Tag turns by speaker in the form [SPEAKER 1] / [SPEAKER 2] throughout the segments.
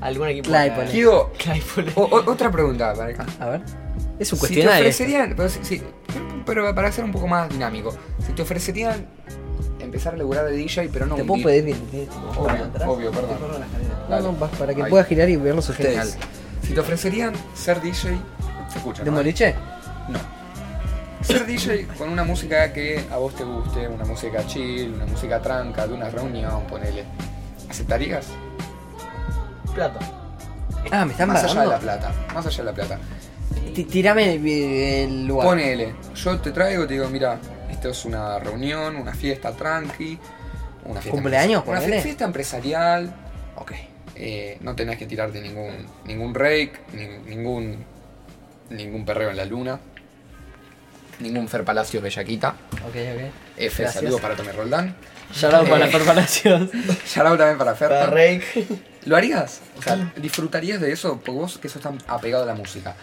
[SPEAKER 1] algún equipo.
[SPEAKER 2] Claypole.
[SPEAKER 1] local.
[SPEAKER 3] Quiero
[SPEAKER 1] Claypole.
[SPEAKER 2] Oh,
[SPEAKER 3] o- o- otra pregunta para
[SPEAKER 2] Ah, a ver. Es un
[SPEAKER 3] Si te
[SPEAKER 2] cuestionario.
[SPEAKER 3] ofrecerían, pero, si- si- pero para ser un poco más dinámico, si te ofrecerían empezar a laburar de DJ, pero no
[SPEAKER 2] ¿Te
[SPEAKER 3] un
[SPEAKER 2] puedo
[SPEAKER 3] di-
[SPEAKER 2] pedir que te- te- para atrás?
[SPEAKER 3] Obvio, obvio,
[SPEAKER 1] Te
[SPEAKER 3] perdón.
[SPEAKER 1] corro la escalera.
[SPEAKER 2] No, no, pa- para que
[SPEAKER 3] Ahí.
[SPEAKER 2] pueda girar y ver los
[SPEAKER 3] Genial.
[SPEAKER 2] objetos.
[SPEAKER 3] Si te ofrecerían ser DJ, se escucha.
[SPEAKER 2] ¿De
[SPEAKER 3] ¿no?
[SPEAKER 2] Moriche?
[SPEAKER 3] No. Ser DJ con una música que a vos te guste, una música chill, una música tranca, de una reunión, ponele. ¿Aceptarías?
[SPEAKER 1] Plata.
[SPEAKER 2] Ah, me están
[SPEAKER 3] Más allá de la
[SPEAKER 2] pagando.
[SPEAKER 3] plata. Más allá de la plata.
[SPEAKER 2] Ti- Tírame el, el lugar.
[SPEAKER 3] Ponele, yo te traigo y te digo, mira, esto es una reunión, una fiesta tranqui, una fiesta.
[SPEAKER 2] ¿Cumpleaños,
[SPEAKER 3] Una fie-
[SPEAKER 2] ponele?
[SPEAKER 3] fiesta empresarial.
[SPEAKER 2] Ok.
[SPEAKER 3] eh, no tenés que tirarte ningún, ningún rake, ni- ningún, ningún perreo en la luna, ningún Fer Palacios Bellaquita.
[SPEAKER 2] Ok, ok.
[SPEAKER 3] F,
[SPEAKER 2] Gracias.
[SPEAKER 3] saludos para Tommy Roldán. Eh,
[SPEAKER 2] Shout out para preparación.
[SPEAKER 3] Shout out también para Fer.
[SPEAKER 1] Para Rake.
[SPEAKER 3] ¿Lo harías? O sea, ¿disfrutarías de eso? Porque vos que sos tan apegado a la música.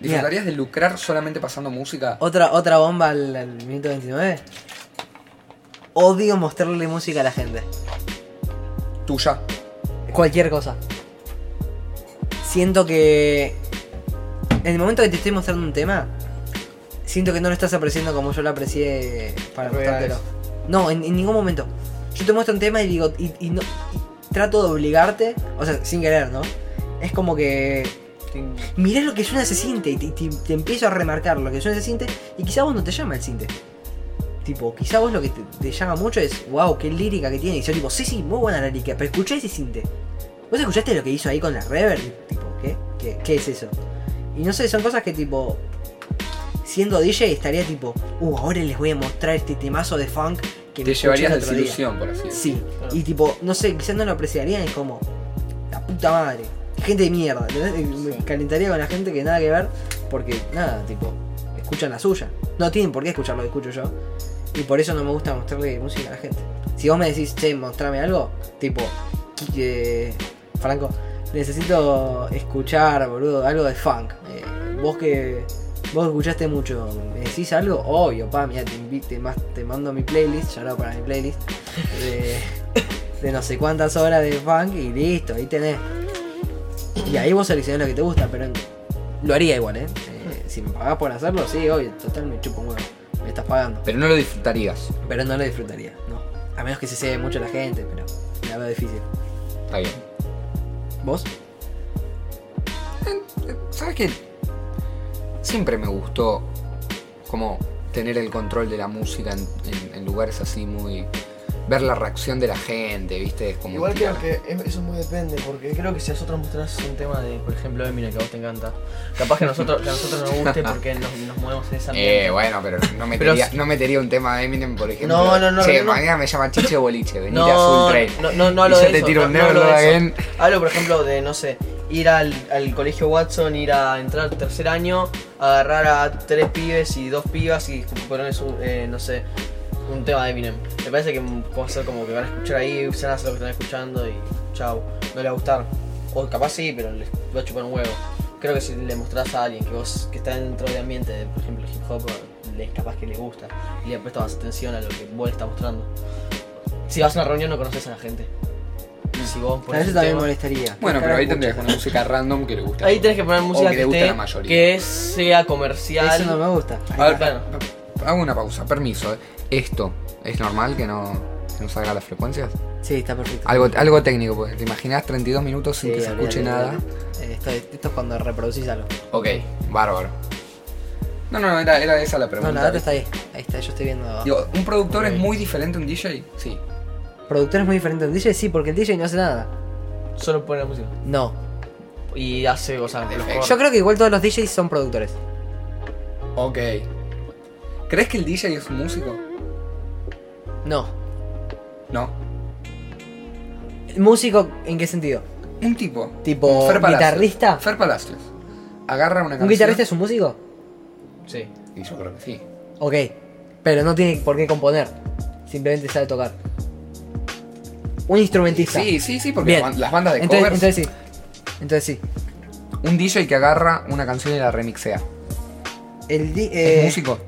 [SPEAKER 3] ¿Disfrutarías de lucrar solamente pasando música?
[SPEAKER 2] Otra, otra bomba al, al minuto 29. Odio mostrarle música a la gente.
[SPEAKER 3] Tuya.
[SPEAKER 2] Cualquier cosa. Siento que. En el momento que te estoy mostrando un tema, siento que no lo estás apreciando como yo lo aprecié para
[SPEAKER 1] Real.
[SPEAKER 2] mostrártelo. No, en, en ningún momento. Yo te muestro un tema y digo. Y, y no, y trato de obligarte. O sea, sin querer, ¿no? Es como que. Mirá lo que suena se siente y te, te- te empiezo a remarcar lo que suena se siente y quizá vos no te llama el sinte. Tipo, quizá vos lo que te, te llama mucho es, wow, qué lírica que tiene. Y yo tipo, sí, sí, muy buena la lírica, pero escuchá ese sinte. ¿Vos escuchaste lo que hizo ahí con la reverb? Tipo, ¿qué? ¿Qué, qué es eso? Y no sé, son cosas que tipo, siendo DJ estaría tipo, uh, ahora les voy a mostrar este temazo de funk que
[SPEAKER 3] Te
[SPEAKER 2] me escuché
[SPEAKER 3] llevarías
[SPEAKER 2] el
[SPEAKER 3] la
[SPEAKER 2] otro día".
[SPEAKER 3] desilusión, por así decirlo.
[SPEAKER 2] Sí,
[SPEAKER 1] Claro.
[SPEAKER 2] y tipo, no sé, quizás no lo apreciarían, es como, la puta madre, gente de mierda, ¿entendés? Y me
[SPEAKER 1] Sí.
[SPEAKER 2] calentaría con la gente que nada que ver, porque nada, tipo, escuchan la suya, no tienen por qué escuchar lo que escucho yo, y por eso no me gusta mostrarle música a la gente. Si vos me decís, che, mostrame algo, tipo, qui- eh, Franco, necesito escuchar, boludo, algo de funk, Eh, vos que... Vos escuchaste mucho, ¿me decís algo? Obvio, pa, mira, te, invi- te, mas- te mando mi playlist, ya para mi playlist. De, de no sé cuántas horas de funk y listo, ahí tenés. Y ahí vos seleccionás lo que te gusta, pero lo haría igual, ¿eh? Eh, si me pagás por hacerlo, sí, obvio, total, me chupo un huevo. Me estás pagando.
[SPEAKER 3] Pero no lo disfrutarías.
[SPEAKER 2] Pero no lo disfrutaría, no. A menos que se cebe mucho la gente, pero la veo difícil.
[SPEAKER 3] Está bien.
[SPEAKER 2] ¿Vos?
[SPEAKER 3] ¿Sabes qué? Siempre me gustó como tener el control de la música en, en- en lugares así muy... Ver la reacción de la gente, ¿viste? Es como
[SPEAKER 1] Igual creo
[SPEAKER 3] tirar- Eh,
[SPEAKER 1] que es- eso muy depende, porque creo que si a nosotros mostrás un tema de, por ejemplo, Eminem, que a vos te encanta, capaz que a nosotros, que a nosotros nos guste porque nos, nos movemos en esa
[SPEAKER 3] Eh,
[SPEAKER 1] ambiente.
[SPEAKER 3] bueno, pero no metería,
[SPEAKER 1] si-
[SPEAKER 3] no metería un tema de Eminem, por ejemplo.
[SPEAKER 1] No, no, no,
[SPEAKER 3] Che,
[SPEAKER 1] no, no.
[SPEAKER 3] mañana me llaman Chiche Boliche, venite a
[SPEAKER 1] No,
[SPEAKER 3] Azul Train.
[SPEAKER 1] no, no, no
[SPEAKER 3] Y
[SPEAKER 1] hablo
[SPEAKER 3] yo
[SPEAKER 1] de
[SPEAKER 3] te
[SPEAKER 1] eso,
[SPEAKER 3] tiro
[SPEAKER 1] no-
[SPEAKER 3] un
[SPEAKER 1] no
[SPEAKER 3] Never
[SPEAKER 1] hablo de
[SPEAKER 3] Love
[SPEAKER 1] eso.
[SPEAKER 3] Again.
[SPEAKER 1] Hablo, por ejemplo, de, no sé, ir al, al colegio Watson, ir a entrar al tercer año, agarrar a tres pibes y dos pibas y ponerles un, eh, no sé, un tema de Eminem. Me parece que va a ser como que van a escuchar ahí, se van a hacer lo que están escuchando y chao, no les va a gustar. O capaz sí, pero les va a chupar un huevo. Creo que si le mostrás a alguien que vos, que está dentro del ambiente, de, por ejemplo, el hip hop, les capaz que le gusta y le presta más atención a lo que vos le estás mostrando. Si vas a una reunión no conoces a la gente. Si vos
[SPEAKER 2] A
[SPEAKER 1] ponés
[SPEAKER 2] eso
[SPEAKER 1] un
[SPEAKER 2] también
[SPEAKER 1] tema-
[SPEAKER 2] molestaría.
[SPEAKER 3] Bueno,
[SPEAKER 2] Cara
[SPEAKER 3] pero ahí
[SPEAKER 2] de
[SPEAKER 3] tendrías
[SPEAKER 2] pucha.
[SPEAKER 3] una música random que le gusta.
[SPEAKER 1] Ahí tenés que poner música
[SPEAKER 3] que
[SPEAKER 1] que,
[SPEAKER 3] le gusta
[SPEAKER 1] esté-
[SPEAKER 3] la mayoría.
[SPEAKER 1] que sea comercial.
[SPEAKER 2] Eso no me gusta.
[SPEAKER 3] A ver,
[SPEAKER 1] Claro.
[SPEAKER 3] pa- hago una pausa, permiso. eh. Esto, ¿es normal que no, que no salga las frecuencias?
[SPEAKER 2] Sí, está perfecto.
[SPEAKER 3] Algo, algo técnico, porque te imaginas 32 minutos sin
[SPEAKER 2] Sí,
[SPEAKER 3] que se
[SPEAKER 2] olvídate,
[SPEAKER 3] escuche nada.
[SPEAKER 2] olvídate. Eh, Esto, esto es cuando reproducís algo.
[SPEAKER 3] Ok, bárbaro. No, no, no, era, era esa la pregunta.
[SPEAKER 2] no, la data está ahí. Ahí está, yo estoy viendo.
[SPEAKER 3] Digo, ¿un productor es muy diferente a un DJ? Sí.
[SPEAKER 2] ¿Productor es muy diferente a un DJ? Sí, porque el DJ no hace nada.
[SPEAKER 1] Solo pone la música.
[SPEAKER 2] No.
[SPEAKER 1] Y hace, o sea, los
[SPEAKER 3] Yo
[SPEAKER 1] covers.
[SPEAKER 2] Yo creo que igual todos los DJs son productores.
[SPEAKER 3] Ok. ¿Crees que el DJ es un músico?
[SPEAKER 2] No.
[SPEAKER 3] No.
[SPEAKER 2] ¿Músico en qué sentido?
[SPEAKER 3] Un tipo.
[SPEAKER 2] Tipo,
[SPEAKER 3] como Palacios.
[SPEAKER 2] guitarrista.
[SPEAKER 3] Fer Palacios. Agarra una canción.
[SPEAKER 2] ¿Un guitarrista es un músico?
[SPEAKER 1] Sí.
[SPEAKER 3] Y yo creo que sí.
[SPEAKER 2] Ok. Pero no tiene por qué componer. Simplemente sabe tocar. Un instrumentista.
[SPEAKER 3] Sí, sí, sí, porque
[SPEAKER 2] Bien.
[SPEAKER 3] ban- las bandas de
[SPEAKER 2] entonces,
[SPEAKER 3] covers.
[SPEAKER 2] entonces sí. Entonces sí.
[SPEAKER 3] Un DJ que agarra una canción y la remixea.
[SPEAKER 2] El di-
[SPEAKER 3] ¿Es
[SPEAKER 2] eh,
[SPEAKER 3] músico?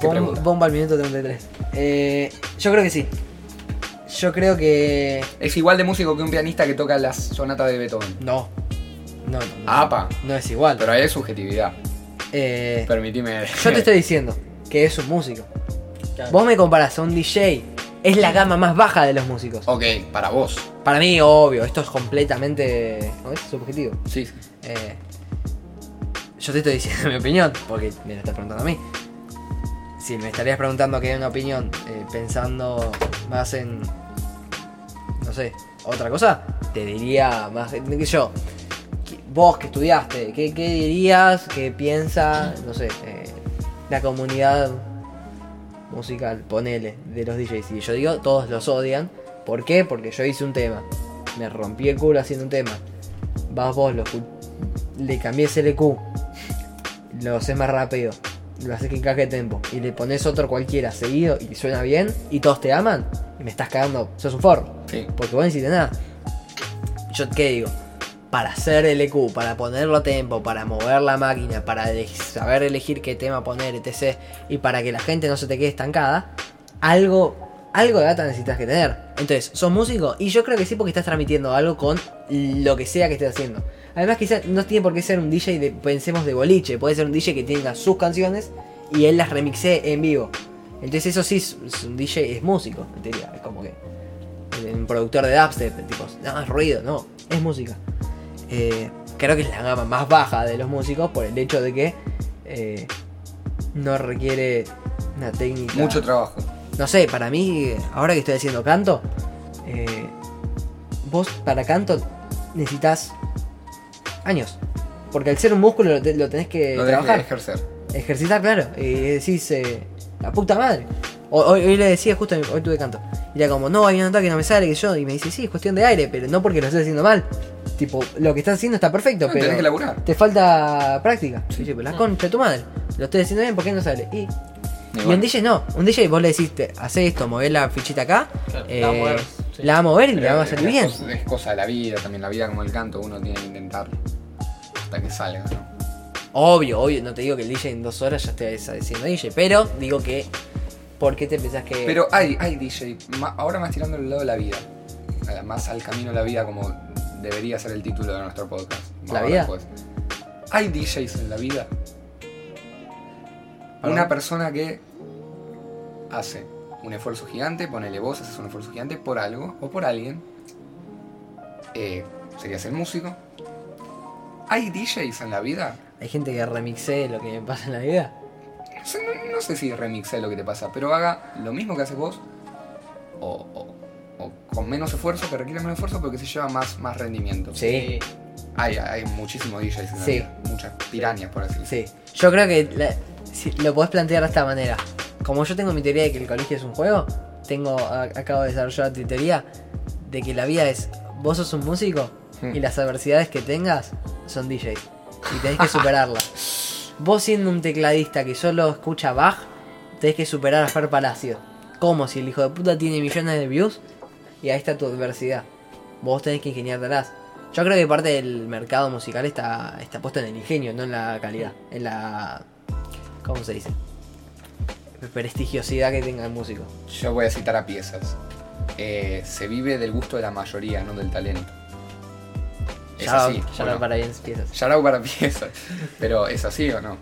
[SPEAKER 3] ¿Qué
[SPEAKER 2] bom-
[SPEAKER 3] pregunta?
[SPEAKER 2] bomba al minuto 33. Eh, yo creo que sí. Yo creo que.
[SPEAKER 3] Es igual de músico que un pianista que toca las sonatas de Beethoven.
[SPEAKER 2] No. No, no. no.
[SPEAKER 3] Apa,
[SPEAKER 2] No es igual.
[SPEAKER 3] pero ahí es subjetividad.
[SPEAKER 2] Eh,
[SPEAKER 3] Permitime.
[SPEAKER 2] yo te estoy diciendo que es un músico. Vos me comparás a un DJ. Es la gama más baja de los músicos.
[SPEAKER 3] Ok, para vos.
[SPEAKER 2] Para mí, obvio, esto es completamente. ¿no? Es subjetivo.
[SPEAKER 3] Sí. sí.
[SPEAKER 2] Eh, yo te estoy diciendo mi opinión, porque me lo estás preguntando a mí. Si me estarías preguntando que hay una opinión eh, pensando más en. No sé, otra cosa, te diría más. ¿Qué yo? que- Vos que estudiaste, ¿qué, qué dirías que piensa, no sé, eh, la comunidad musical, ponele, de los DJs? Y yo digo, todos los odian. ¿Por qué? Porque yo hice un tema. Me rompí el culo haciendo un tema. Vas vos, lo escu- le cambié CLQ, lo haces más rápido, lo haces que encaje tempo, y le pones otro cualquiera seguido y suena bien, y todos te aman, y me estás cagando, sos un forro,
[SPEAKER 3] Sí.
[SPEAKER 2] porque vos no hiciste nada. Yo qué digo, para hacer LQ, para ponerlo a tempo, para mover la máquina, para ele- saber elegir qué tema poner, etc., y para que la gente no se te quede estancada, algo, algo de data necesitas que tener. Entonces, ¿sos músico? Y yo creo que sí porque estás transmitiendo algo con lo que sea que estés haciendo. Además, quizás no tiene por qué ser un DJ, de, pensemos, de boliche. Puede ser un DJ que tenga sus canciones y él las remixee en vivo. Entonces, eso sí, es es un DJ es músico, en teoría. Es como que un productor de dubstep, tipo, no, es ruido, no, es música. Eh, creo que es la gama más baja de los músicos por el hecho de que eh, no requiere una técnica
[SPEAKER 3] Mucho trabajo.
[SPEAKER 2] no sé, para mí, ahora que estoy haciendo canto, eh, vos para canto necesitas años. Porque al ser un músculo lo, te- lo tenés que
[SPEAKER 3] Lo tenés
[SPEAKER 2] Eh,
[SPEAKER 3] que
[SPEAKER 2] trabajar.
[SPEAKER 3] ejercer.
[SPEAKER 2] Ejercitar, claro. Y decís, eh, la puta madre. Hoy, hoy- hoy le decía, justo hoy tuve canto. Y era como, no, hay una nota que no me sale, que yo. Y me dice, sí, es cuestión de aire, pero no porque lo estés haciendo mal. Tipo, lo que estás haciendo está perfecto,
[SPEAKER 3] No,
[SPEAKER 2] pero.
[SPEAKER 3] tenés que laburar.
[SPEAKER 2] Te falta práctica.
[SPEAKER 3] Sí.
[SPEAKER 2] Y yo, la concha de tu madre. Lo estoy haciendo bien, ¿por qué no sale? Y
[SPEAKER 3] Y
[SPEAKER 2] y un
[SPEAKER 3] bueno,
[SPEAKER 2] DJ no, un DJ vos le decís, te- hace esto, mover la fichita acá,
[SPEAKER 1] Claro,
[SPEAKER 2] eh,
[SPEAKER 1] la va a mover, sí.
[SPEAKER 2] la va a mover y la va a
[SPEAKER 3] pero
[SPEAKER 2] salir bien.
[SPEAKER 3] Es cosa, es cosa de la vida, también la vida como el canto, uno tiene que intentarlo. Hasta que salga, ¿no?
[SPEAKER 2] Obvio, obvio, no te digo que el DJ en dos horas ya esté diciendo DJ, pero digo que, ¿por qué te pensás que...?
[SPEAKER 3] Pero hay, hay DJ, ma- ahora más tirando al lado de la vida. eh, Más al camino de la vida como debería ser el título de nuestro podcast.
[SPEAKER 2] ¿La
[SPEAKER 3] Ahora
[SPEAKER 2] vida?
[SPEAKER 3] después. ¿Hay DJs en la vida?
[SPEAKER 2] Perdón.
[SPEAKER 3] Una persona que hace un esfuerzo gigante, ponele vos, haces un esfuerzo gigante por algo o por alguien. Eh, serías el músico. ¿Hay DJs en la vida?
[SPEAKER 2] Hay gente que remixé lo que me pasa en la vida.
[SPEAKER 3] O sea, no, no sé si remixé lo que te pasa, pero haga lo mismo que haces vos o, o- o con menos esfuerzo, que requiere menos esfuerzo, pero que se lleva más, más rendimiento.
[SPEAKER 2] Sí,
[SPEAKER 3] Hay, hay muchísimos DJs en la
[SPEAKER 2] Sí.
[SPEAKER 3] vida, muchas pirañas, por así decirlo.
[SPEAKER 2] sí. Yo creo que la- si lo podés plantear de esta manera. Como yo tengo mi teoría de que el colegio es un juego, tengo a- acabo de desarrollar mi teoría de que la vida es, vos sos un músico
[SPEAKER 3] Hmm.
[SPEAKER 2] y las adversidades que tengas son DJs y tenés que superarlas. vos siendo un tecladista que solo escucha Bach, tenés que superar a Fer Palacio. Como si el hijo de puta tiene millones de views y ahí está tu adversidad. Vos tenés que ingeniártelas. Yo creo que parte del mercado musical está, está puesto en el ingenio, no en la calidad, en la... ¿Cómo se dice? Prestigiosidad que tenga el músico.
[SPEAKER 3] Yo voy a citar a piezas. Eh, se vive del gusto de la mayoría, no del talento. Es
[SPEAKER 2] Ya,
[SPEAKER 3] así.
[SPEAKER 2] ya
[SPEAKER 3] ¿o
[SPEAKER 2] no
[SPEAKER 3] no?
[SPEAKER 2] para bien empiezas.
[SPEAKER 3] Shout out para piezas. Pero es así o no?